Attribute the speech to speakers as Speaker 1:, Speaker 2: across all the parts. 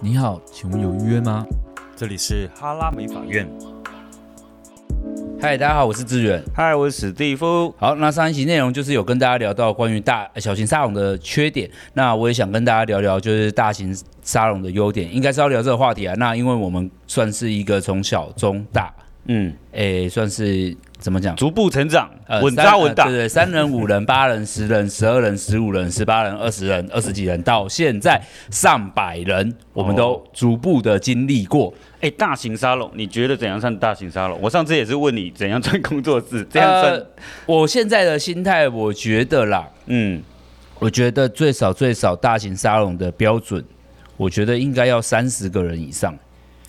Speaker 1: 你好，请问有预约吗？
Speaker 2: 这里是哈拉美法院。
Speaker 1: 嗨，大家好，我是志远。
Speaker 2: 嗨，我是史蒂夫。
Speaker 1: 好，那上一集内容就是有跟大家聊到关于大呃小型沙龙的缺点，那我也想跟大家聊聊就是大型沙龙的优点，应该是要聊这个话题啊。那因为我们算是一个从小中大，
Speaker 2: 嗯，
Speaker 1: 诶、算是怎么讲？
Speaker 2: 逐步成长，稳
Speaker 1: 三
Speaker 2: 扎稳打
Speaker 1: 呃。对对，三人、五人、八人、十人、十二人、十五人、十八人、二十人、二十几人，到现在上百人，我们
Speaker 2: 哦
Speaker 1: 都逐步的经历过。
Speaker 2: 哎，大型沙龙，你觉得怎样算大型沙龙？我上次也是问你怎样算工作室，这样算
Speaker 1: 呃，我现在的心态，我觉得啦，
Speaker 2: 嗯，
Speaker 1: 我觉得最少最少大型沙龙的标准，我觉得应该要三十个人以上，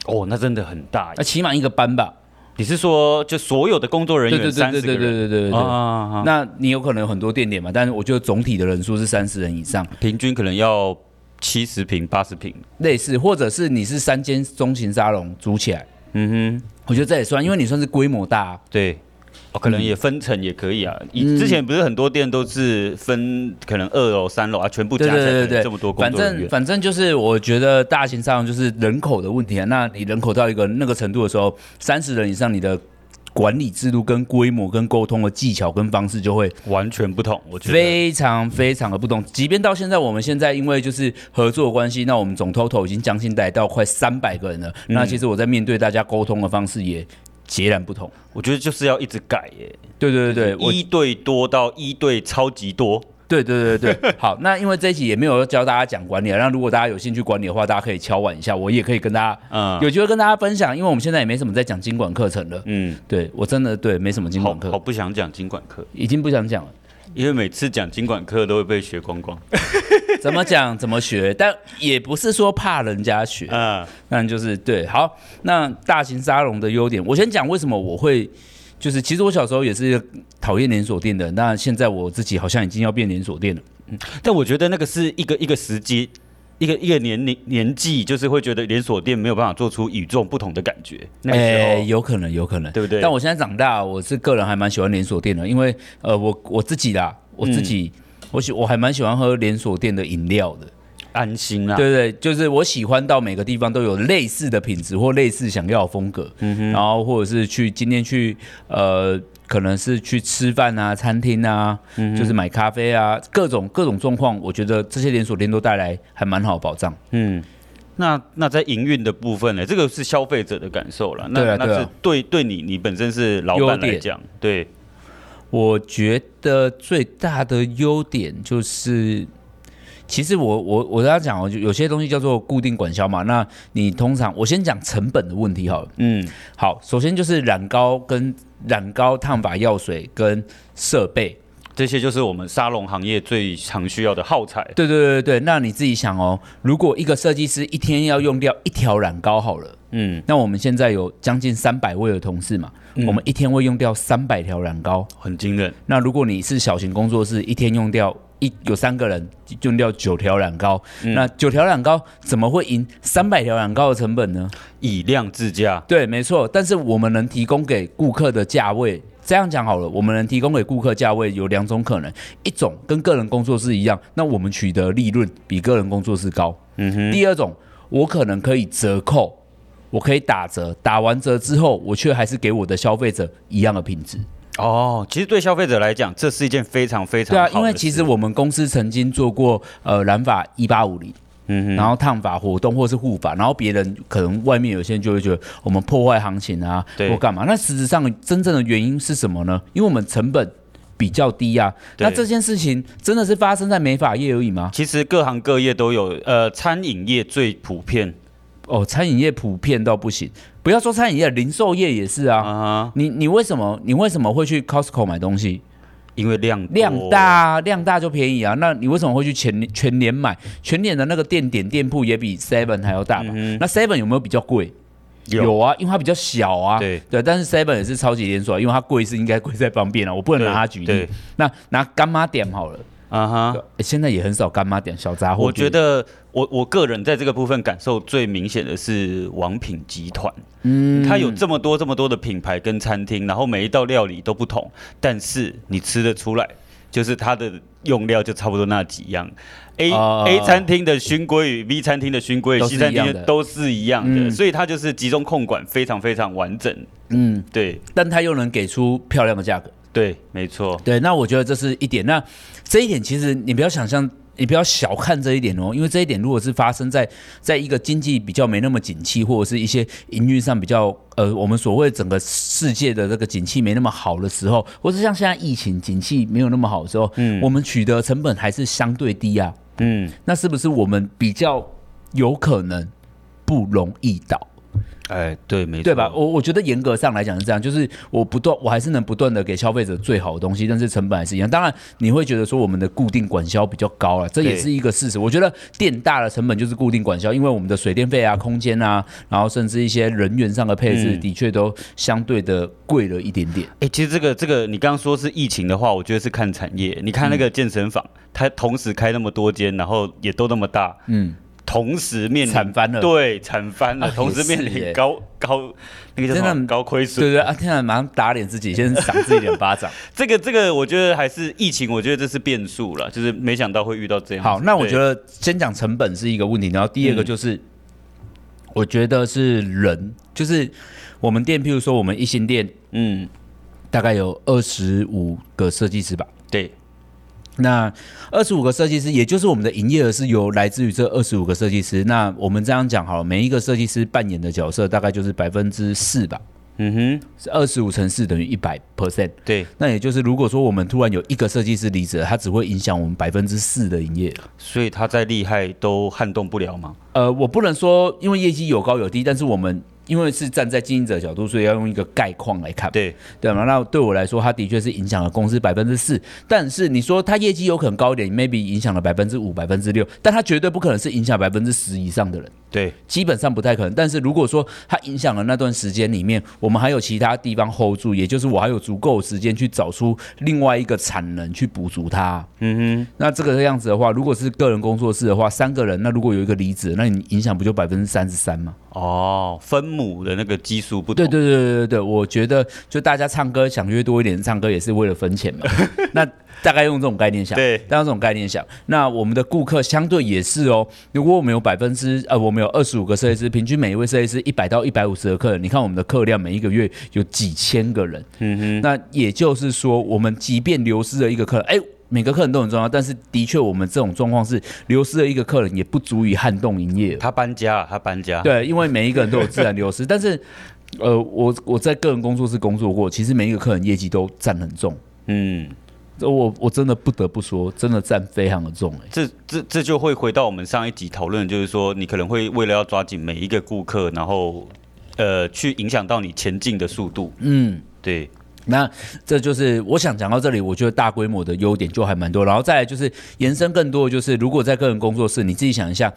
Speaker 2: 哦，那真的很大
Speaker 1: 那。起码一个班吧。
Speaker 2: 你是说就所有的工作人
Speaker 1: 对对
Speaker 2: 员
Speaker 1: 对
Speaker 2: 三
Speaker 1: 对
Speaker 2: 十
Speaker 1: 对
Speaker 2: 个
Speaker 1: 对
Speaker 2: 人
Speaker 1: 对对对
Speaker 2: 啊
Speaker 1: 对。
Speaker 2: 啊？啊
Speaker 1: 那你有可能有很多店点嘛，但是我觉得总体的人数是三十人以上，
Speaker 2: 平均可能要七十平、八十平。
Speaker 1: 类似，或者是你是三间中型沙龙组起来，
Speaker 2: 嗯哼，
Speaker 1: 我觉得这也算，因为你算是规模大 啊、
Speaker 2: 对。哦，可能也分层也可以啊。以之前不是很多店都是分可能二楼、三楼啊，全部加
Speaker 1: 对
Speaker 2: 起来
Speaker 1: 对
Speaker 2: 可能
Speaker 1: 对对，
Speaker 2: 这么多工
Speaker 1: 反
Speaker 2: 作人
Speaker 1: 正
Speaker 2: 员。
Speaker 1: 反正就是，我觉得大型上就是人口的问题啊。那你人口到一个那个程度的时候，三十人以上，你的管理制度、跟规模、跟沟通的技巧跟方式就会
Speaker 2: 完全不同，我觉得。
Speaker 1: 非常非常的不同。即便到现在，我们现在因为就是合作关系，那我们总 total 已经将近来到快三百个人了。那其实我在面对大家沟通的方式也截然不同。
Speaker 2: 我觉得就是要一直改耶、
Speaker 1: 对对对对，我
Speaker 2: 一对多到一对超级多，
Speaker 1: 对对对 对，好，那因为这一集也没有要教大家讲管理啊，那如果大家有兴趣管理的话，大家可以敲碗一下，我也可以跟大家
Speaker 2: 嗯
Speaker 1: 有机会跟大家分享，因为我们现在也没什么在讲经管课程了。
Speaker 2: 嗯，
Speaker 1: 对我真的对没什么经
Speaker 2: 好
Speaker 1: 管课
Speaker 2: 好，不想讲经管课，
Speaker 1: 已经不想讲了，
Speaker 2: 因为每次讲经管课都会被学光 光。
Speaker 1: 怎么讲怎么学，但也不是说怕人家学，
Speaker 2: 嗯，
Speaker 1: 但就是对。好，那大型沙龙的优点，我先讲为什么我会。就是其实我小时候也是一个讨厌连锁店的，那现在我自己好像已经要变连锁店了。
Speaker 2: 但我觉得那个是一个一个时机，一个一个年龄年纪，就是会觉得连锁店没有办法做出与众不同的感觉。那个
Speaker 1: 哎，
Speaker 2: 时候，
Speaker 1: 有可能，有可能，
Speaker 2: 对不对
Speaker 1: 但我现在长大，我是个人还蛮喜欢连锁店的，因为呃，我我自己啦，我自己。
Speaker 2: 嗯
Speaker 1: 我喜我还蛮喜欢喝连锁店的饮料的，
Speaker 2: 安心啊啦。
Speaker 1: 对对，就是我喜欢到每个地方都有类似的品质或类似想要的风格，然后或者是去今天去呃，可能是去吃饭啊、餐厅啊，就是买咖啡啊，各种各种状况，我觉得这些连锁店都带来还蛮好的保障。
Speaker 2: 嗯，那那在营运的部分呢？这个是消费者的感受了。那、
Speaker 1: 对啊对啊
Speaker 2: 那是对对你你本身是老板
Speaker 1: 优
Speaker 2: 来
Speaker 1: 点
Speaker 2: 讲，对，
Speaker 1: 我觉得最大的优点就是，其实我我我跟他讲哦，就有些东西叫做固定管销嘛。那你通常我先讲成本的问题好了。
Speaker 2: 嗯
Speaker 1: 好，首先就是染膏跟染膏、烫发药水跟设备。
Speaker 2: 这些就是我们沙龙行业最常需要的耗材。
Speaker 1: 对对对对对，那你自己想哦，如果一个设计师一天要用掉一条染膏好了，
Speaker 2: 嗯，
Speaker 1: 那我们现在有将近三百位的同事嘛，我们一天会用掉三百条染膏。
Speaker 2: 很惊人。
Speaker 1: 那如果你是小型工作室，一天用掉一有三个人用掉九条染膏，那九条染膏怎么会赢三百条染膏的成本呢？
Speaker 2: 以量制价，
Speaker 1: 对，没错。但是我们能提供给顾客的价位，这样讲好了，我们能提供给顾客价位有两种可能，一种跟个人工作室一样，那我们取得利润比个人工作室高。嗯哼。第二种，我可能可以折扣。我可以打折，打完折之后，我却还是给我的消费者一样的品质。
Speaker 2: 哦，其实对消费者来讲，这是一件非常非常
Speaker 1: 对啊，因
Speaker 2: 好的
Speaker 1: 为
Speaker 2: 事
Speaker 1: 其实我们公司曾经做过呃染发一八五零。嗯，然后烫发活动或是护发，然后别人可能外面有些人就会觉得我们破坏行情啊，
Speaker 2: 对
Speaker 1: 或干嘛？那实质上真正的原因是什么呢？因为我们成本比较低啊。
Speaker 2: 对
Speaker 1: 那这件事情真的是发生在美发业而已吗？
Speaker 2: 其实各行各业都有，呃，餐饮业最普遍
Speaker 1: 哦，餐饮业普遍到不行，不要说餐饮业，零售业也是啊。
Speaker 2: 啊哈，
Speaker 1: 你你为什么你为什么会去 Costco 买东西？
Speaker 2: 因为量多
Speaker 1: 量
Speaker 2: 哦
Speaker 1: 大、，啊，量大就便宜啊。那你为什么会去全全联买？全联的那个店点店铺也比 Seven 还要大嘛。那 Seven 有没有比较贵？
Speaker 2: 嗯有
Speaker 1: 啊，因为它比较小啊。
Speaker 2: 对
Speaker 1: 但是 Seven 也是超级连锁啊，因为它贵是应该贵在方便啊。我不能拿它举
Speaker 2: 对
Speaker 1: 例
Speaker 2: 对。
Speaker 1: 那拿干妈点好了、
Speaker 2: 啊哈。
Speaker 1: 诶现在也很少干妈点小杂货。
Speaker 2: 我觉，得我我个人在这个部分感受最明显的是王品集团，嗯，它有这么多这么多的品牌跟餐厅，然后每一道料理都不同，但是你吃得出来就是它的用料就差不多那几样。A、
Speaker 1: 哦
Speaker 2: A 餐厅的熏鲑鱼，B 餐厅的熏鲑鱼
Speaker 1: 都是
Speaker 2: ，C 餐
Speaker 1: 一
Speaker 2: 厅
Speaker 1: 样的
Speaker 2: 都是一样的，
Speaker 1: 嗯
Speaker 2: 所以它就是集中控管非常非常完整。
Speaker 1: 嗯，
Speaker 2: 对
Speaker 1: 但它又能给出漂亮的价格。
Speaker 2: 对，没错。
Speaker 1: 对，那我觉得这是一点。那这一点其实你不要想象，你不要小看这一点哦，因为这一点如果是发生在在一个经济比较没那么景气，或者是一些营运上比较呃，我们所谓整个世界的这个景气没那么好的时候，或是像现在疫情景气没有那么好的时候，嗯，我们取得成本还是相对低啊，
Speaker 2: 嗯，
Speaker 1: 那是不是我们比较有可能不容易倒？
Speaker 2: 哎，对，没错，
Speaker 1: 对吧？我我觉得严格上来讲是这样，就是我不断，我还是能不断的给消费者最好的东西，但是成本还是一样。当然，你会觉得说我们的固定管销比较高了，这也
Speaker 2: 对
Speaker 1: 是一个事实。我觉得店大的成本就是固定管销，因为我们的水电费啊、空间啊，然后甚至一些人员上的配置，
Speaker 2: 嗯
Speaker 1: 的确都相对的贵了一点点。
Speaker 2: 哎、其实这个这个，你刚刚说是疫情的话，我觉得是看产业。你
Speaker 1: 嗯
Speaker 2: 看那个健身房，它同时开那么多间，然后也都那么大，
Speaker 1: 嗯，
Speaker 2: 同时面临
Speaker 1: 惨翻了
Speaker 2: 对，惨翻了，
Speaker 1: 啊
Speaker 2: 同时面
Speaker 1: 也是耶
Speaker 2: 临高高那个叫什
Speaker 1: 真
Speaker 2: 么
Speaker 1: 的
Speaker 2: 高亏
Speaker 1: 对
Speaker 2: 损。
Speaker 1: 对啊，天啊，马上打脸自己，先赏自己两 巴掌。
Speaker 2: 这个这个，我觉得还是疫情，我觉得这是变数了，就是没想到会遇到这样子。
Speaker 1: 好，那我
Speaker 2: 对
Speaker 1: 觉得先讲成本是一个问题，然后第二个
Speaker 2: 嗯
Speaker 1: 就是，我觉得是人，就是我们店，譬如说我们一星店
Speaker 2: 嗯，
Speaker 1: 大概有二十五个设计师吧。
Speaker 2: 对，
Speaker 1: 那二十五个设计师，也就是我们的营业额是由来自于这二十五个设计师。那我们这样讲好了，每一个设计师扮演的角色大概就是百分之四吧，
Speaker 2: 嗯哼，
Speaker 1: 是二十五乘四等于一百 percent。
Speaker 2: 对，
Speaker 1: 那也就是，如果说我们突然有一个设计师离职了，它只会影响我们百分之四的营业额。
Speaker 2: 所以他再厉害都撼动不了嘛。
Speaker 1: 呃，我不能说因为业绩有高有低，但是我们因为是站在经营者角度，所以要用一个概况来看，
Speaker 2: 对，
Speaker 1: 对吗？那对我来说，它的确是影响了公司百分之四，但是你说它业绩有可能高一点，maybe 影响了百分之五、百分之六，但它绝对不可能是影响百分之十以上的人。
Speaker 2: 对，
Speaker 1: 基本上不太可能，但是如果说它影响了那段时间里面，我们还有其他地方 hold 住，也就是我还有足够的时间去找出另外一个产能去补足它。
Speaker 2: 嗯
Speaker 1: 那这个样子的话，如果是个人工作室的话，三个人，那如果有一个离职，那你影响不就百分之三十三吗？
Speaker 2: 哼，哦，分母的那个基数不同。
Speaker 1: 对对对对对对，我觉得就大家唱歌想约多一点，唱歌也是为了分 钱嘛。那大概用这种概念想，
Speaker 2: 对
Speaker 1: 大家用这种概念想，那我们的顾客相对也是哦。如果我们有百分之呃，我们有二十五个设计师，平均每一位设计师一百到一百五十个客人，你看我们的客量每一个月有几千个人，
Speaker 2: 嗯哼。
Speaker 1: 那也就是说，我们即便流失了一个客人，哎、每个客人都很重要，但是的确，我们这种状况是流失了一个客人，也不足以撼动营业额。
Speaker 2: 他搬家啊了，他搬家。，
Speaker 1: 对，因为每一个人都有自然流失，但是，呃，我我在个人工作室工作过，其实每一个客人业绩都占很重，
Speaker 2: 嗯，
Speaker 1: 这我我真的不得不说，真的占非常的重、哎。
Speaker 2: 这这这就会回到我们上一集讨论，就是说你可能会为了要抓紧每一个顾客，然后呃去影响到你前进的速度。
Speaker 1: 嗯，
Speaker 2: 对，
Speaker 1: 那这就是我想讲到这里，我觉得大规模的优点就还蛮多，然后再来就是延伸更多的就是，如果在个人工作室，你自己想一下，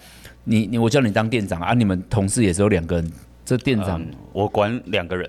Speaker 1: 你你我叫你当店长啊，你们同事也只有两个人，这店长
Speaker 2: 嗯，我管两个人。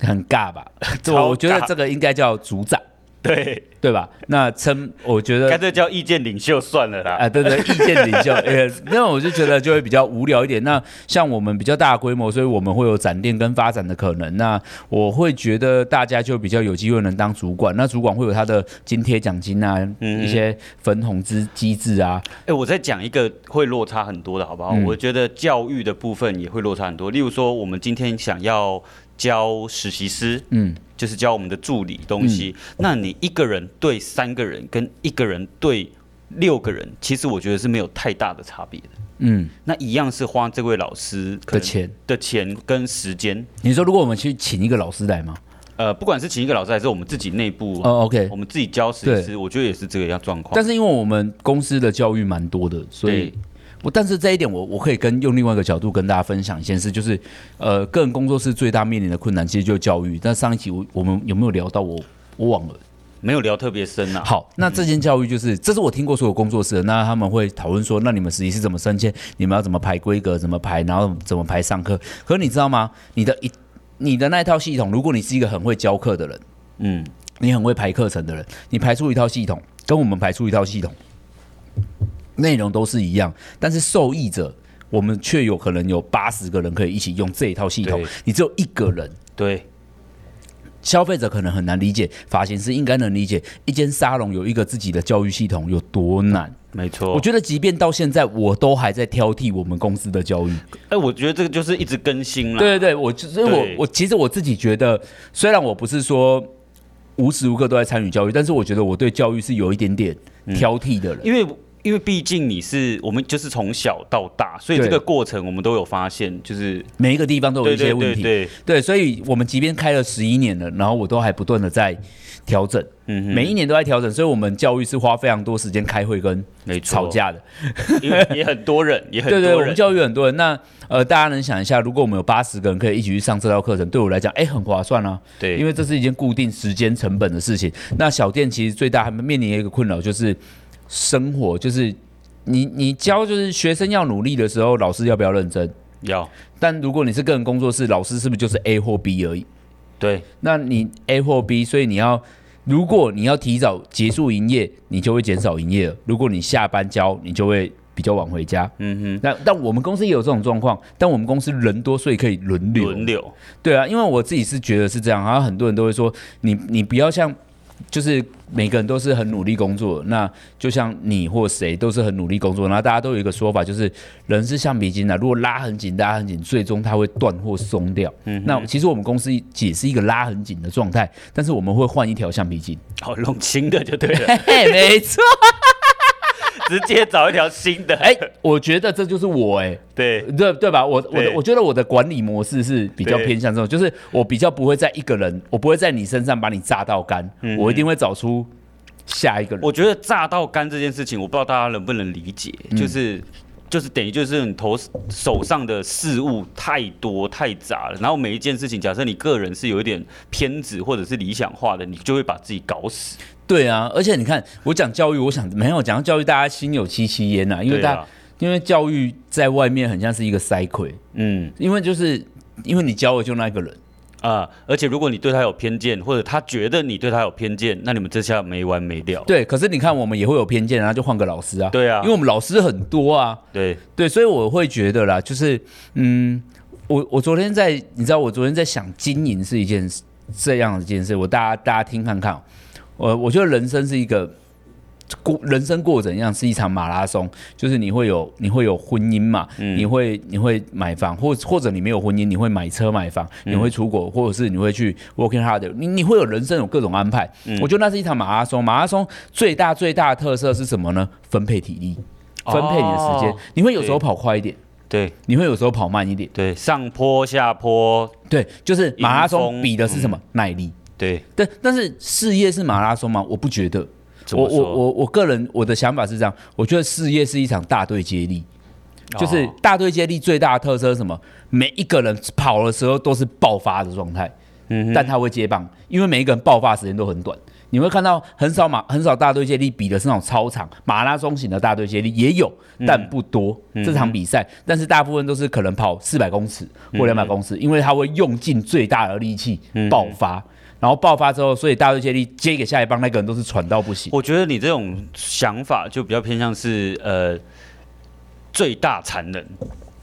Speaker 1: 很尬吧？ 这
Speaker 2: 超
Speaker 1: 我我觉得
Speaker 2: 尬
Speaker 1: 这个应该叫组长，
Speaker 2: 对，
Speaker 1: 对吧？那称我觉得
Speaker 2: 干脆叫意见领袖算了啦。
Speaker 1: 啊，对对，意见领袖，呃，那我就觉得就会比较无聊一点。那像我们比较大的规模，所以我们会有展店跟发展的可能。那我会觉得大家就比较有机会能当主管，那主管会有他的津贴奖金啊，
Speaker 2: 嗯
Speaker 1: 一些分红之机制啊，
Speaker 2: 哎、我再讲一个会落差很多的好不好？
Speaker 1: 嗯
Speaker 2: 我觉得教育的部分也会落差很多。例如说，我们今天想要教实习师，
Speaker 1: 嗯，
Speaker 2: 就是教我们的助理东西。那你一个人对三个人，跟一个人对六个人，其实我觉得是没有太大的差别的。
Speaker 1: 嗯
Speaker 2: 那一样是花这位老师可
Speaker 1: 的
Speaker 2: 能
Speaker 1: 钱。
Speaker 2: 的钱跟时间。
Speaker 1: 你说如果我们去请一个老师来吗？
Speaker 2: 呃，不管是请一个老师，还是我们自己内部，
Speaker 1: 哦，OK、
Speaker 2: 我
Speaker 1: o k
Speaker 2: 们自己教实习师，我觉得也是这个样状况。
Speaker 1: 但是因为我们公司的教育蛮多的，所以
Speaker 2: 对
Speaker 1: 我但是这一点我我可以跟用另外一个角度跟大家分享一件事，就是呃，个人工作室最大面临的困难其实就是教育。但上一集我我们有没有聊到我我忘了。
Speaker 2: 没有聊特别深呐、啊。
Speaker 1: 好，那这间教育就是，这是我听过所有工作室的，那他们会讨论说，那你们实习是怎么升迁，你们要怎么排规格，怎么排，然后怎么排上课。可是你知道吗？你的一你的那一套系统，如果你是一个很会教课的人，
Speaker 2: 嗯，
Speaker 1: 你很会排课程的人，你排出一套系统，跟我们排出一套系统，内容都是一样，但是受益者我们却有可能有八十个人可以一起用这一套系统
Speaker 2: 对，
Speaker 1: 你只有一个人
Speaker 2: 对，
Speaker 1: 消费者可能很难理解，发型师应该能理解，一间沙龙有一个自己的教育系统有多难。
Speaker 2: 没错
Speaker 1: 我。觉得，即便到现在，我都还在挑剔我们公司的教育。
Speaker 2: 哎，我觉得这个就是一直更新啦。
Speaker 1: 对对对，我就是我
Speaker 2: 对
Speaker 1: 我其实我自己觉得，虽然我不是说无时无刻都在参与教育，但是我觉得我对教育是有一点点挑剔的人。
Speaker 2: 因为因为毕竟你是我们就是从小到大，所以
Speaker 1: 对
Speaker 2: 这个过程我们都有发现，就是
Speaker 1: 每一个地方都有
Speaker 2: 对
Speaker 1: 一些
Speaker 2: 对
Speaker 1: 问
Speaker 2: 对
Speaker 1: 题，
Speaker 2: 对，
Speaker 1: 对，所以我们即便开了十一年了，然后我都还不断的在调整，
Speaker 2: 嗯哼，
Speaker 1: 每一年都在调整，所以我们教育是花非常多时间开会跟
Speaker 2: 没错
Speaker 1: 吵，架的。
Speaker 2: 因为也很多 人，也很
Speaker 1: 对对，
Speaker 2: 多
Speaker 1: 我们
Speaker 2: 人，
Speaker 1: 教育很多人，那呃，大家能想一下，如果我们有八十个人可以一起去上这套课程，对我来讲，哎，很划算啊。
Speaker 2: 对，
Speaker 1: 因为这是一件固定时间成本的事情。那小店其实最大还面临一个困扰就是生活，就是你你教就是学生要努力的时候，老师要不要认真？
Speaker 2: 要
Speaker 1: 但如果你是个人工作室，老师是不是就是 A 或 B 而已？
Speaker 2: 对
Speaker 1: 那你 A 或 B，所以你要如果你要提早结束营业，你就会减少营业了；如果你下班教，你就会比较晚回家。嗯哼。那但我们公司也有这种状况，但我们公司人多，所以可以轮流。
Speaker 2: 轮流，
Speaker 1: 对啊，因为我自己是觉得是这样，然后很多人都会说，你你不要像，就是每个人都是很努力工作，那就像你或谁都是很努力工作，然后大家都有一个说法，就是人是橡皮筋啊，如果拉很紧，拉很紧，最终它会断或松掉。嗯，那其实我们公司也是一个拉很紧的状态，但是我们会换一条橡皮筋。
Speaker 2: 好弄新的就对 了，
Speaker 1: 嘿，没错。
Speaker 2: 直接找一条新的，
Speaker 1: 哎，我觉得这就是我哎、
Speaker 2: 对，
Speaker 1: 对对吧？我我的
Speaker 2: 对
Speaker 1: 我觉得我的管理模式是比较
Speaker 2: 对
Speaker 1: 偏向这种，就是我比较不会在一个人，我不会在你身上把你榨到干，我一定会找出下一个人。
Speaker 2: 嗯我觉得炸到干这件事情，我不知道大家能不能理解，就是。就是等于就是你头手上的事物太多太杂了，然后每一件事情，假设你个人是有一点偏执或者是理想化的，你就会把自己搞死。
Speaker 1: 对啊，而且你看，我讲教育，我想没有讲到教育，大家心有戚戚焉呐、因为
Speaker 2: 对
Speaker 1: 大家、
Speaker 2: 啊
Speaker 1: 因为教育在外面很像是一个塞葵，
Speaker 2: 嗯
Speaker 1: 因为就是因为你教的就那个人，
Speaker 2: 啊，而且如果你对他有偏见，或者他觉得你对他有偏见，那你们这下没完没了。
Speaker 1: 对。可是你看，我们也会有偏见，然后就换个老师啊，
Speaker 2: 对啊
Speaker 1: 因为我们老师很多啊，
Speaker 2: 对，
Speaker 1: 对，所以我会觉得啦，就是嗯，我我昨天在，你知道，我昨天在想，经营是一件这样的一件事，我大家大家听看看哦，我我觉得人生是一个过人生过怎样是一场马拉松，就是你会有你会有婚姻嘛，你会你会买房，或或者你没有婚姻，你会买车买房，你会出国，或者是你会去 working hard，你你会有人生有各种安排。我觉得那是一场马拉松，马拉松最大最大的特色是什么呢？分配体力，分配你的时间，
Speaker 2: 哦
Speaker 1: 你会有时候跑快一点，
Speaker 2: 对
Speaker 1: 你会有时候跑慢一点。
Speaker 2: 对，上坡下坡，
Speaker 1: 对，就是马拉
Speaker 2: 迎
Speaker 1: 松
Speaker 2: 风嗯
Speaker 1: 比的是什么？耐力。
Speaker 2: 对，
Speaker 1: 但但是事业是马拉松吗？我不觉得。
Speaker 2: 怎
Speaker 1: 我
Speaker 2: 么说
Speaker 1: 我我我个人我的想法是这样，我觉得事业是一场大队接力，就是
Speaker 2: 哦
Speaker 1: 大队接力最大的特色是什么？每一个人跑的时候都是爆发的状态，嗯，但他会接棒，因为每一个人爆发时间都很短。你会看到很少马很少大队接力比的是那种超长马拉松型的大队接力也有，但不多、这场比赛，但是大部分都是可能跑四百公尺或两百公尺，因为他会用尽最大的力气爆发，然后爆发之后，所以大队接力接给下一棒那个人都是喘到不行。
Speaker 2: 我觉得你这种想法就比较偏向是呃最大残忍。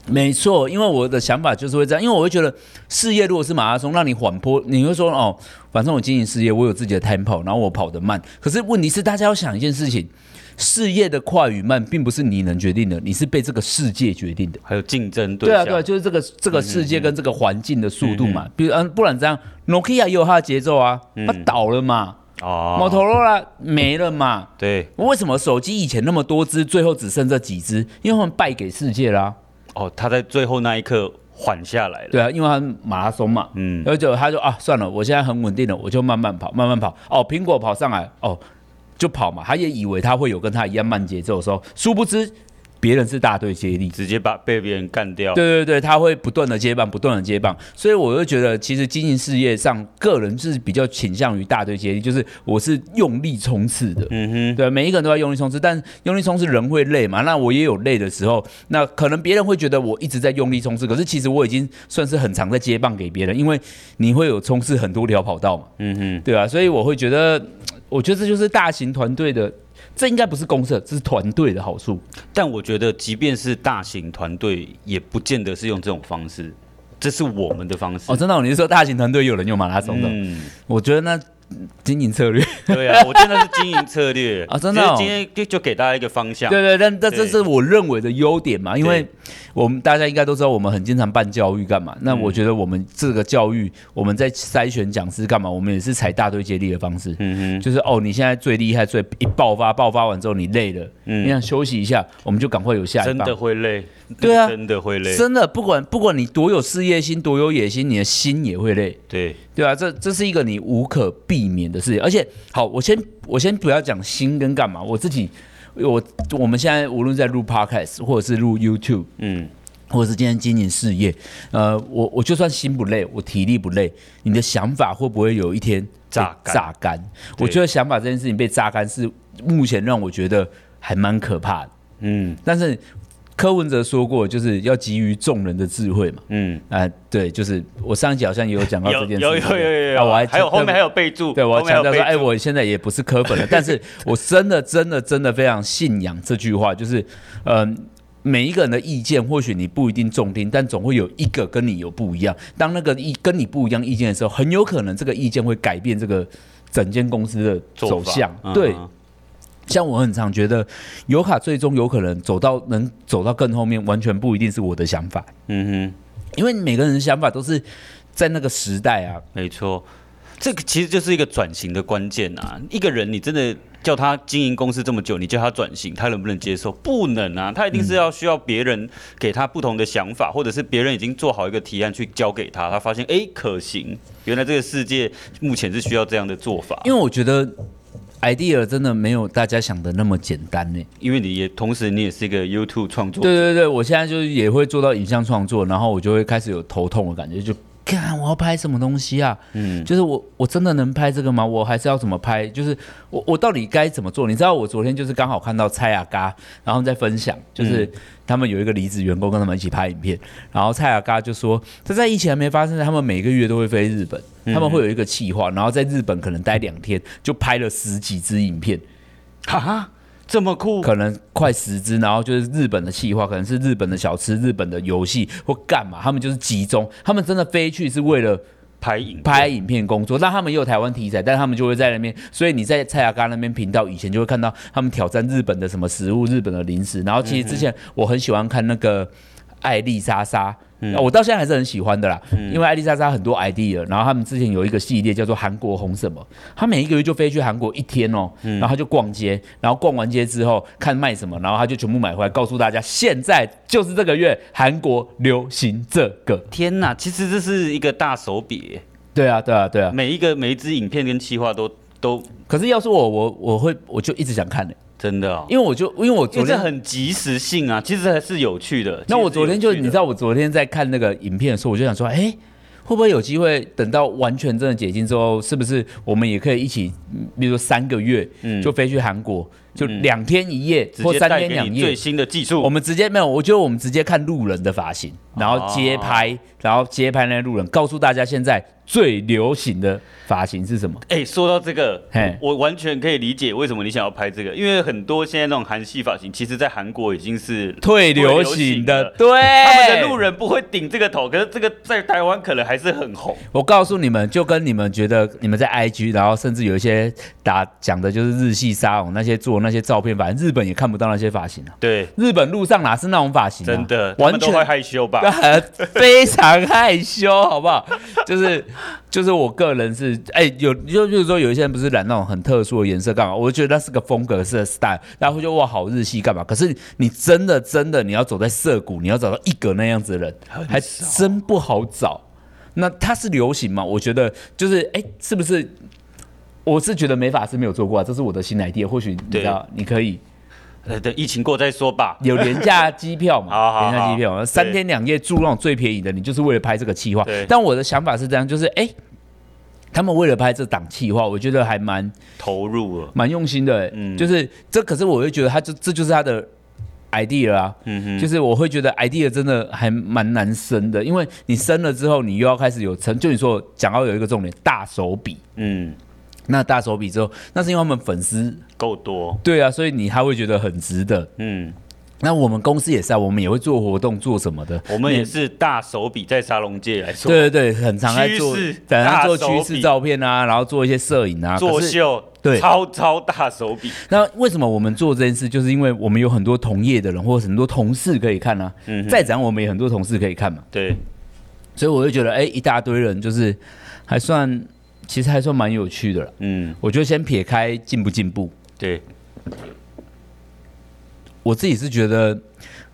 Speaker 1: 没错，因为我的想法就是会这样，因为我会觉得事业如果是马拉松，让你缓坡，你会说哦，反正我经营事业，我有自己的 tempo，然后我跑得慢。可是问题是，大家要想一件事情，事业的快与慢，并不是你能决定的，你是被这个世界决定的。
Speaker 2: 还有竞争对
Speaker 1: 对啊，
Speaker 2: 象，
Speaker 1: 对啊，就是这个这个世界跟这个环境的速度嘛，比如嗯，不然这样，Nokia 也有它的节奏啊，它倒了嘛
Speaker 2: 哦
Speaker 1: ，Motorola 没了嘛，
Speaker 2: 对
Speaker 1: 为什么手机以前那么多只，最后只剩这几只？因为他们败给世界啦、
Speaker 2: 哦，他在最后那一刻缓下来了。
Speaker 1: 对啊，因为他马拉松嘛，嗯
Speaker 2: 嗯，
Speaker 1: 而且他就啊，算了，我现在很稳定了，我就慢慢跑，慢慢跑。哦，苹果跑上来，哦，就跑嘛。他也以为他会有跟他一样慢节奏的时候，殊不知别人是大队接力。
Speaker 2: 直接把被别人干掉，
Speaker 1: 对对对，他会不断的接棒，不断的接棒，所以我就觉得，其实经营事业上，个人是比较倾向于大队接力，就是我是用力冲刺的。嗯哼，对，每一个人都在用力冲刺，但用力冲刺人会累嘛，那我也有累的时候，那可能别人会觉得我一直在用力冲刺，可是其实我已经算是很常在接棒给别人，因为你会有冲刺很多条跑道嘛。嗯哼，对啊，所以我会觉得，我觉得这就是大型团队的。这应该不是公社，这是团队的好处。
Speaker 2: 但我觉得即便是大型团队，也不见得是用这种方式。这是我们的方式。
Speaker 1: 哦，真的、哦，你是说大型团队有人用马拉松的？
Speaker 2: 嗯，
Speaker 1: 我觉得那嗯经营策略，
Speaker 2: 对啊， 我觉得那是经营策略
Speaker 1: 啊真的哦
Speaker 2: 只是今天就就给大家一个方向。
Speaker 1: 对对，但但
Speaker 2: 对
Speaker 1: 这是我认为的优点嘛，因为
Speaker 2: 对
Speaker 1: 我们大家应该都知道，我们很经常办教育干嘛？那
Speaker 2: 嗯
Speaker 1: 我觉得我们这个教育，我们在筛选讲师干嘛？我们也是采大队接力的方式，
Speaker 2: 嗯哼，
Speaker 1: 就是哦，你现在最厉害，最一爆发，爆发完之后你累了，
Speaker 2: 嗯
Speaker 1: 你想休息一下，我们就赶快有下一
Speaker 2: 真
Speaker 1: 棒
Speaker 2: 的会累，
Speaker 1: 对啊
Speaker 2: 真的会累，
Speaker 1: 真的，不管不管你多有事业心，多有野心，你的心也会累，
Speaker 2: 对，
Speaker 1: 对啊，这这是一个你无可避免的事情。而且，好，我先我先不要讲心跟干嘛，我自己，我我们现在无论在录 podcast 或者是录 YouTube，
Speaker 2: 嗯，
Speaker 1: 或者是今天经营事业，呃，我我就算心不累，我体力不累，你的想法会不会有一天被
Speaker 2: 榨干
Speaker 1: 榨干？我觉得想法这件事情被榨干是目前让我觉得还蛮可怕的。
Speaker 2: 嗯
Speaker 1: 但是柯文哲说过，就是要给予众人的智慧嘛。
Speaker 2: 嗯，
Speaker 1: 啊、对，就是我上一集好像也有讲到
Speaker 2: 有
Speaker 1: 这件
Speaker 2: 有有
Speaker 1: 事情，
Speaker 2: 有有
Speaker 1: 啊我
Speaker 2: 有，还有后面还
Speaker 1: 有。
Speaker 2: 有备注，
Speaker 1: 对，我
Speaker 2: 后面还
Speaker 1: 要强
Speaker 2: 有
Speaker 1: 调说，
Speaker 2: 备
Speaker 1: 哎，
Speaker 2: 注
Speaker 1: 我现在也不是科粉 了，但是我真的、真的、真的非常信仰这句话，就是，嗯、每一个人的意见，或许你不一定中听，但总会有一个跟你有不一样。当那个意跟你不一样意见的时候，很有可能这个意见会改变这个整间公司的
Speaker 2: 做
Speaker 1: 走
Speaker 2: 法
Speaker 1: 向。
Speaker 2: 嗯
Speaker 1: 对，
Speaker 2: 嗯
Speaker 1: 像我很常觉得，尤卡最终有可能走到能走到更后面，完全不一定是我的想法，
Speaker 2: 嗯
Speaker 1: 因为每个人的想法都是在那个时代啊
Speaker 2: 哼，，没错，这个其实就是一个转型的关键啊。一个人你真的叫他经营公司这么久，你叫他转型，他能不能接受？不能啊，他一定是要需要别人给他不同的想法，或者是别人已经做好一个提案去交给他，他发现哎、诶可行，原来这个世界目前是需要这样的做法。
Speaker 1: 因为我觉得 idea 真的没有大家想的那么简单呢、
Speaker 2: 因为你也同时你也是一个 YouTube 创作
Speaker 1: 对
Speaker 2: 者，
Speaker 1: 对对，我现在就是也会做到影像创作，然后我就会开始有头痛的感觉，就看我要拍什么东西啊？
Speaker 2: 嗯
Speaker 1: 就是我我真的能拍这个吗？我还是要怎么拍？就是我我到底该怎么做？你知道我昨天就是刚好看到蔡雅嘎，然后在分享，就是他们有一个离职员工跟他们一起拍影片，然后蔡雅嘎就说，这在疫情还没发生，他们每个月都会飞日本，他们会有一个企划，然后在日本可能待两天，就拍了十几支影片。
Speaker 2: 哈哈，这么酷，
Speaker 1: 可能快十支，然后就是日本的企划，可能是日本的小吃、日本的游戏或干嘛，他们就是集中，他们真的飞去是为了
Speaker 2: 拍影片
Speaker 1: 拍影片工作。那他们也有台湾题材，但他们就会在那边，所以你在蔡雅嘎那边频道以前就会看到他们挑战日本的什么食物、日本的零食。然后其实之前我很喜欢看那个艾丽莎莎。啊我到现在还是很喜欢的啦，因为艾丽莎莎很多 idea，然后他们之前有一个系列叫做韩国红什么，他每一个月就飞去韩国一天哦，然后他就逛街，然后逛完街之后看卖什么，然后他就全部买回来，告诉大家现在就是这个月韩国流行这个，
Speaker 2: 天呐，其实这是一个大手笔，
Speaker 1: 对啊，对啊，对啊，
Speaker 2: 每一个每一支影片跟企划都都
Speaker 1: 可是要是我，我我会我就一直想看的、欸
Speaker 2: 真的、哦，
Speaker 1: 因为我就因为我
Speaker 2: 因
Speaker 1: 昨
Speaker 2: 为这
Speaker 1: 天，
Speaker 2: 很及时性啊，其实还是有趣的。
Speaker 1: 那我昨天就
Speaker 2: 其实是有趣
Speaker 1: 你
Speaker 2: 的
Speaker 1: 知道，我昨天在看那个影片的时候，我就想说，哎、会不会有机会等到完全真的解禁之后，是不是我们也可以一起，嗯比如说三个月，
Speaker 2: 嗯
Speaker 1: 就飞去韩国，就两天一夜、或
Speaker 2: 直接
Speaker 1: 三
Speaker 2: 带
Speaker 1: 天
Speaker 2: 给
Speaker 1: 两
Speaker 2: 你最
Speaker 1: 夜，
Speaker 2: 新的技术，
Speaker 1: 我们直接没有，我觉得我们直接看路人的发型，
Speaker 2: 啊
Speaker 1: 然后街拍，然后街拍那些路人，告诉大家现在最流行的发型是什么。
Speaker 2: 哎、说到这个
Speaker 1: 嘿，
Speaker 2: 我完全可以理解为什么你想要拍这个，因为很多现在那种韩系发型，其实在韩国已经是
Speaker 1: 退流
Speaker 2: 流
Speaker 1: 行
Speaker 2: 行
Speaker 1: 的
Speaker 2: 的，
Speaker 1: 对，
Speaker 2: 他们的路人不会顶这个头，可是这个在台湾可能还是很红。
Speaker 1: 我告诉你们，就跟你们觉得你们在 IG，然后甚至有一些打讲的就是日系沙龙那些做那些照片，反正日本也看不到那些发型啊。
Speaker 2: 对，
Speaker 1: 日本路上哪是那种发型、啊？
Speaker 2: 真的，他
Speaker 1: 完
Speaker 2: 们都会
Speaker 1: 全
Speaker 2: 害羞吧？
Speaker 1: 呃非常害羞，好不好？就是就是我个人是哎、有就就是说有一些人不是染那种很特殊的颜色干嘛？我就觉得那是个风格是个 style，大家会觉得哇好日系干嘛？可是你真的真的你要走在涩谷，你要找到一个那样子的人，
Speaker 2: 很
Speaker 1: 还
Speaker 2: 少
Speaker 1: 真不好找。那它是流行嘛？我觉得就是哎、是不是？我是觉得美发师没有做过、啊，这是我的新 idea。或许你知道，你可以
Speaker 2: 呃，等疫情过再说吧。
Speaker 1: 有廉价机票
Speaker 2: 好好
Speaker 1: 嘛，
Speaker 2: 好
Speaker 1: 廉价机票，
Speaker 2: 对
Speaker 1: 三天两夜住那种最便宜的，你就是为了拍这个企划
Speaker 2: 对。
Speaker 1: 但我的想法是这样，就是哎、他们为了拍这档企划，我觉得还蛮
Speaker 2: 投入了，
Speaker 1: 蛮用心的、
Speaker 2: 嗯
Speaker 1: 就是这，可是我会觉得他就这就是他的 idea 啊，
Speaker 2: 嗯哼，
Speaker 1: 就是我会觉得 idea 真的还蛮难生的，因为你生了之后，你又要开始有成，就你说讲到有一个重点，大手笔。
Speaker 2: 嗯，
Speaker 1: 那大手笔之后，那是因为他们粉丝
Speaker 2: 够多，
Speaker 1: 对啊，所以你他会觉得很值得。
Speaker 2: 嗯，
Speaker 1: 那我们公司也是啊，我们也会做活动做什么的，
Speaker 2: 我们也是大手笔在沙龙界来说，
Speaker 1: 对对对，很常在做
Speaker 2: 趋势，
Speaker 1: 很常做
Speaker 2: 大手
Speaker 1: 趋
Speaker 2: 笔
Speaker 1: 势照片啊，然后做一些摄影啊，
Speaker 2: 作
Speaker 1: 可是
Speaker 2: 秀，
Speaker 1: 对
Speaker 2: 超超大手笔，
Speaker 1: 那为什么我们做这件事？就是因为我们有很多同业的人，或者很多同事可以看啊。
Speaker 2: 嗯哼
Speaker 1: 再讲我们也很多同事可以看嘛，
Speaker 2: 对，
Speaker 1: 所以我就觉得，哎、一大堆人就是还算，其实还算蛮有趣的了。
Speaker 2: 嗯，
Speaker 1: 我就先撇开进不进步，
Speaker 2: 对，
Speaker 1: 我自己是觉得，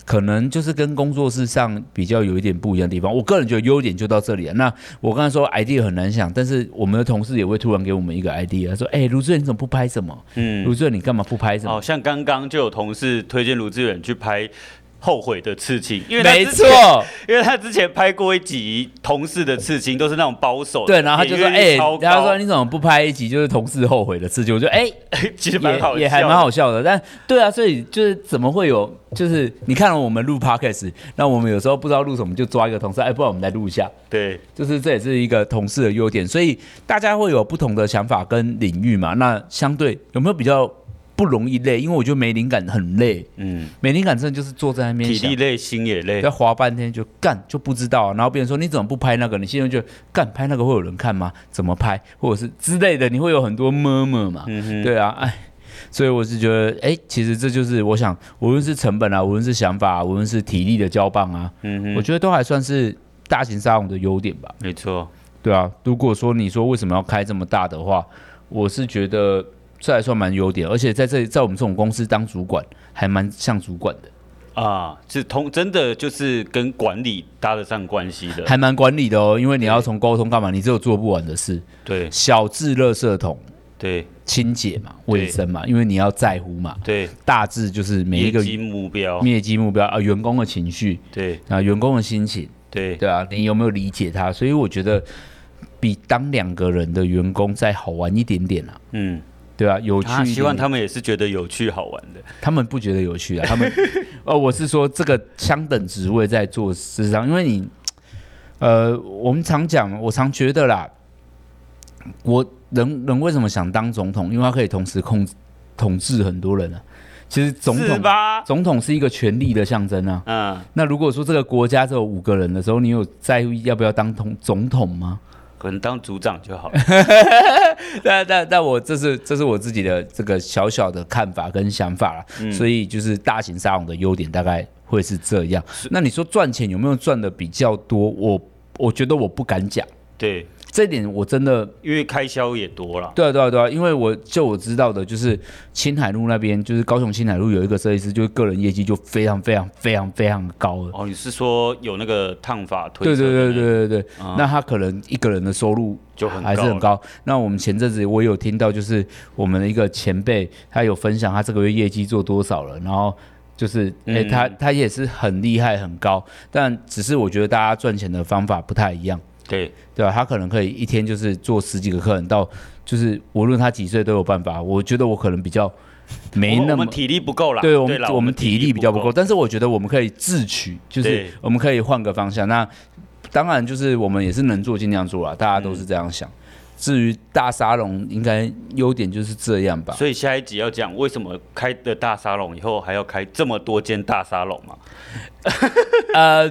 Speaker 1: 可能就是跟工作室上比较有一点不一样的地方。我个人觉得优点就到这里了。那我刚才说 idea 很难想，但是我们的同事也会突然给我们一个 idea，说：“哎、卢志远你怎么不拍什么？
Speaker 2: 嗯，哦
Speaker 1: 卢志远你干嘛不拍什么？”
Speaker 2: 好像刚刚就有同事推荐卢志远去拍《后悔的刺青》，因为他
Speaker 1: 没
Speaker 2: 之前
Speaker 1: 错，
Speaker 2: 因为他之前拍过一集同事的刺青，都是那种保守的，
Speaker 1: 对，然后他就说：“
Speaker 2: 点阅率
Speaker 1: 哎、
Speaker 2: 超高
Speaker 1: 然后他说你怎么不拍一集就是同事后悔的事情？”我就哎、
Speaker 2: 其实蛮好笑的
Speaker 1: 也也还蛮好笑的。但对啊，所以就是怎么会有？就是你看了我们录 podcast，那我们有时候不知道录什么，就抓一个同事，哎、不然我们来录一下。
Speaker 2: 对，
Speaker 1: 就是这也是一个同事的优点，所以大家会有不同的想法跟领域嘛。那相对有没有比较不容易累？因为我觉得没灵感很累，
Speaker 2: 嗯，
Speaker 1: 没灵感真的就是坐在那边
Speaker 2: 体
Speaker 1: 想
Speaker 2: 力累，心也累
Speaker 1: 要，滑半天就干就不知道、啊然后别人说你怎么不拍那个？你心里就觉得干拍那个会有人看吗？怎么拍或者是之类的，你会有很多么么嘛。
Speaker 2: 嗯哼，
Speaker 1: 对啊， 哎，所以我是觉得，哎、其实这就是我想，无论是成本啊，无论是想法、啊，无论是体力的交棒啊，
Speaker 2: 嗯
Speaker 1: 我
Speaker 2: 哼，
Speaker 1: 觉得都还算是大型沙龙的优点吧。
Speaker 2: 没错，
Speaker 1: 对啊，如果说你说为什么要开这么大的话，我是觉得这还算蛮优点，而且在这里在我们这种公司当主管还蛮像主管的，
Speaker 2: 啊，是同真的就是跟管理搭得上关系的，
Speaker 1: 还蛮管理的哦，因为你要从沟通干嘛，你只有做不完的事，
Speaker 2: 对
Speaker 1: 小至垃圾桶
Speaker 2: 对
Speaker 1: 清洁嘛、
Speaker 2: 对
Speaker 1: 卫生嘛，因为你要在乎嘛，
Speaker 2: 对，
Speaker 1: 大致就是每一
Speaker 2: 业
Speaker 1: 个
Speaker 2: 绩目标，
Speaker 1: 业绩目标啊、员工的情绪
Speaker 2: 对
Speaker 1: 啊、员工的心情，
Speaker 2: 对，
Speaker 1: 对啊，你有没有理解他？所以我觉得比当两个人的员工再好玩一点点啊，
Speaker 2: 嗯，
Speaker 1: 对啊，有趣一
Speaker 2: 啊，
Speaker 1: 点点。
Speaker 2: 希望他们也是觉得有趣好玩的，
Speaker 1: 他们不觉得有趣啊，他们， 呃，我是说这个相等职位在做事上，因为你，呃，我们常讲，我常觉得啦，我人人为什么想当总统？因为他可以同时控制统治很多人啊。其实总
Speaker 2: 是
Speaker 1: 统
Speaker 2: 吧？
Speaker 1: 总统是一个权力的象征啊。
Speaker 2: 嗯，
Speaker 1: 那如果说这个国家只有五个人的时候，你有在乎要不要当统总统吗？
Speaker 2: 可能当组长就好 了，
Speaker 1: 那那那我这是这是我自己的这个小小的看法跟想法啦，所以就是大型沙龙的优点大概会是这样。那你说赚钱有没有赚的比较多？我我觉得我不敢讲，
Speaker 2: 对，
Speaker 1: 这点我真的
Speaker 2: 因为开销也多了，
Speaker 1: 对啊对啊对啊，因为我就我知道的就是青海路那边，就是高雄青海路有一个设计师，就是个人业绩就非常非常非常非常高了。
Speaker 2: 哦，你是说有那个烫发推
Speaker 1: 对
Speaker 2: 车
Speaker 1: 对
Speaker 2: 的那
Speaker 1: 对
Speaker 2: 个嗯
Speaker 1: 对对对，那他可能一个人的收入
Speaker 2: 就很
Speaker 1: 还是
Speaker 2: 高
Speaker 1: 很
Speaker 2: 了
Speaker 1: 高。那我们前阵子我有听到，就是我们的一个前辈，他有分享他这个月业绩做多少了，然后就是哎、诶
Speaker 2: 嗯
Speaker 1: 他他也是很厉害很高，但只是我觉得大家赚钱的方法不太一样，
Speaker 2: 对，
Speaker 1: 对吧、他可能可以一天就是做十几个客人，到就是无论他几岁都有办法。我觉得我可能比较没
Speaker 2: 我们
Speaker 1: 那
Speaker 2: 我
Speaker 1: 么
Speaker 2: 们。体力不够啦，
Speaker 1: 对我们
Speaker 2: 啦
Speaker 1: 我们体力比较不够，
Speaker 2: 够，
Speaker 1: 但是我觉得我们可以自取，就是
Speaker 2: 对
Speaker 1: 我们可以换个方向。那当然就是我们也是能做尽量做啦，大家都是这样想。至于大沙龙，应该优点就是这样吧。
Speaker 2: 所以下一集要讲为什么开的大沙龙以后还要开这么多间大沙龙嘛，
Speaker 1: 呃，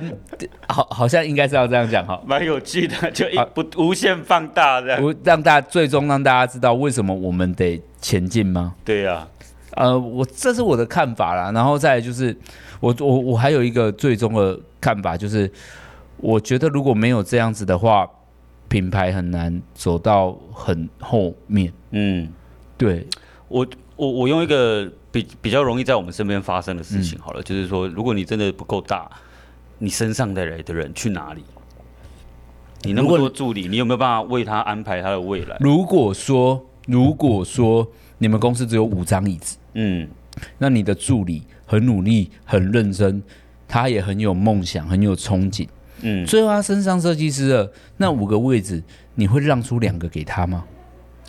Speaker 1: 好，好像应该是要这样讲哈。
Speaker 2: 蛮有趣的，就一
Speaker 1: 啊
Speaker 2: 不无限放大这样。
Speaker 1: 我让大家最终让大家知道为什么我们得前进吗？
Speaker 2: 对啊，
Speaker 1: 呃，我这是我的看法啦。然后再来就是，我我我还有一个最终的看法，就是我觉得如果没有这样子的话，品牌很难走到很后面。
Speaker 2: 嗯，
Speaker 1: 对，
Speaker 2: 我我我用一个比比较容易在我们身边发生的事
Speaker 1: 嗯
Speaker 2: 情好了，就是说，如果你真的不够大，你身上带来的人去哪里？你那
Speaker 1: 如
Speaker 2: 么
Speaker 1: 果
Speaker 2: 多助理，你有没有办法为他安排他的未来？
Speaker 1: 如果说如果说你们公司只有五张椅子，
Speaker 2: 嗯，
Speaker 1: 那你的助理很努力、很认真，他也很有梦想、很有憧憬，
Speaker 2: 嗯
Speaker 1: 最后他升上设计师了，那五个位置你会让出两个给他吗？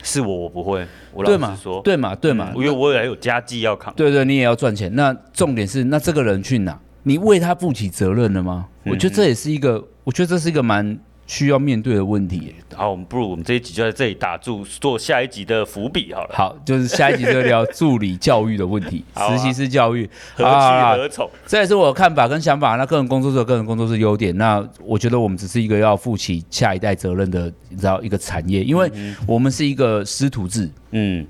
Speaker 2: 是我，我不会。我
Speaker 1: 对
Speaker 2: 老
Speaker 1: 嘛
Speaker 2: 实说，？
Speaker 1: 对嘛？对嘛？
Speaker 2: 嗯因为我也还有家计要扛。
Speaker 1: 对对，你也要赚钱。那重点是，那这
Speaker 2: 嗯
Speaker 1: 个人去哪？你为他负起责任了吗？我觉得这也是一个，我觉得这是一个蛮需要面对的问题耶。
Speaker 2: 好，我们不如我们这一集就在这里打住，做下一集的伏笔好了。
Speaker 1: 好，就是下一集就聊助理教育的问题，
Speaker 2: 好啊
Speaker 1: 实习式教育
Speaker 2: 何
Speaker 1: 啊
Speaker 2: 去何从？
Speaker 1: 这也是我的看法跟想法。那个人工作室有个人工作室优点，那我觉得我们只是一个要负起下一代责任的，你知道一个产业，因为我们是一个师徒制，
Speaker 2: 嗯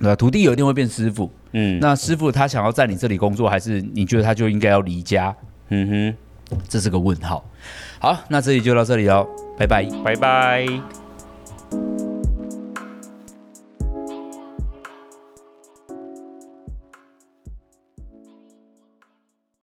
Speaker 1: 那徒弟有一定会变师傅。
Speaker 2: 嗯
Speaker 1: 那师傅他想要在你这里工作，还是你觉得他就应该要离家？
Speaker 2: 嗯
Speaker 1: 这是个问号。好，那这里就到这里喽，拜拜。
Speaker 2: 哼，拜拜。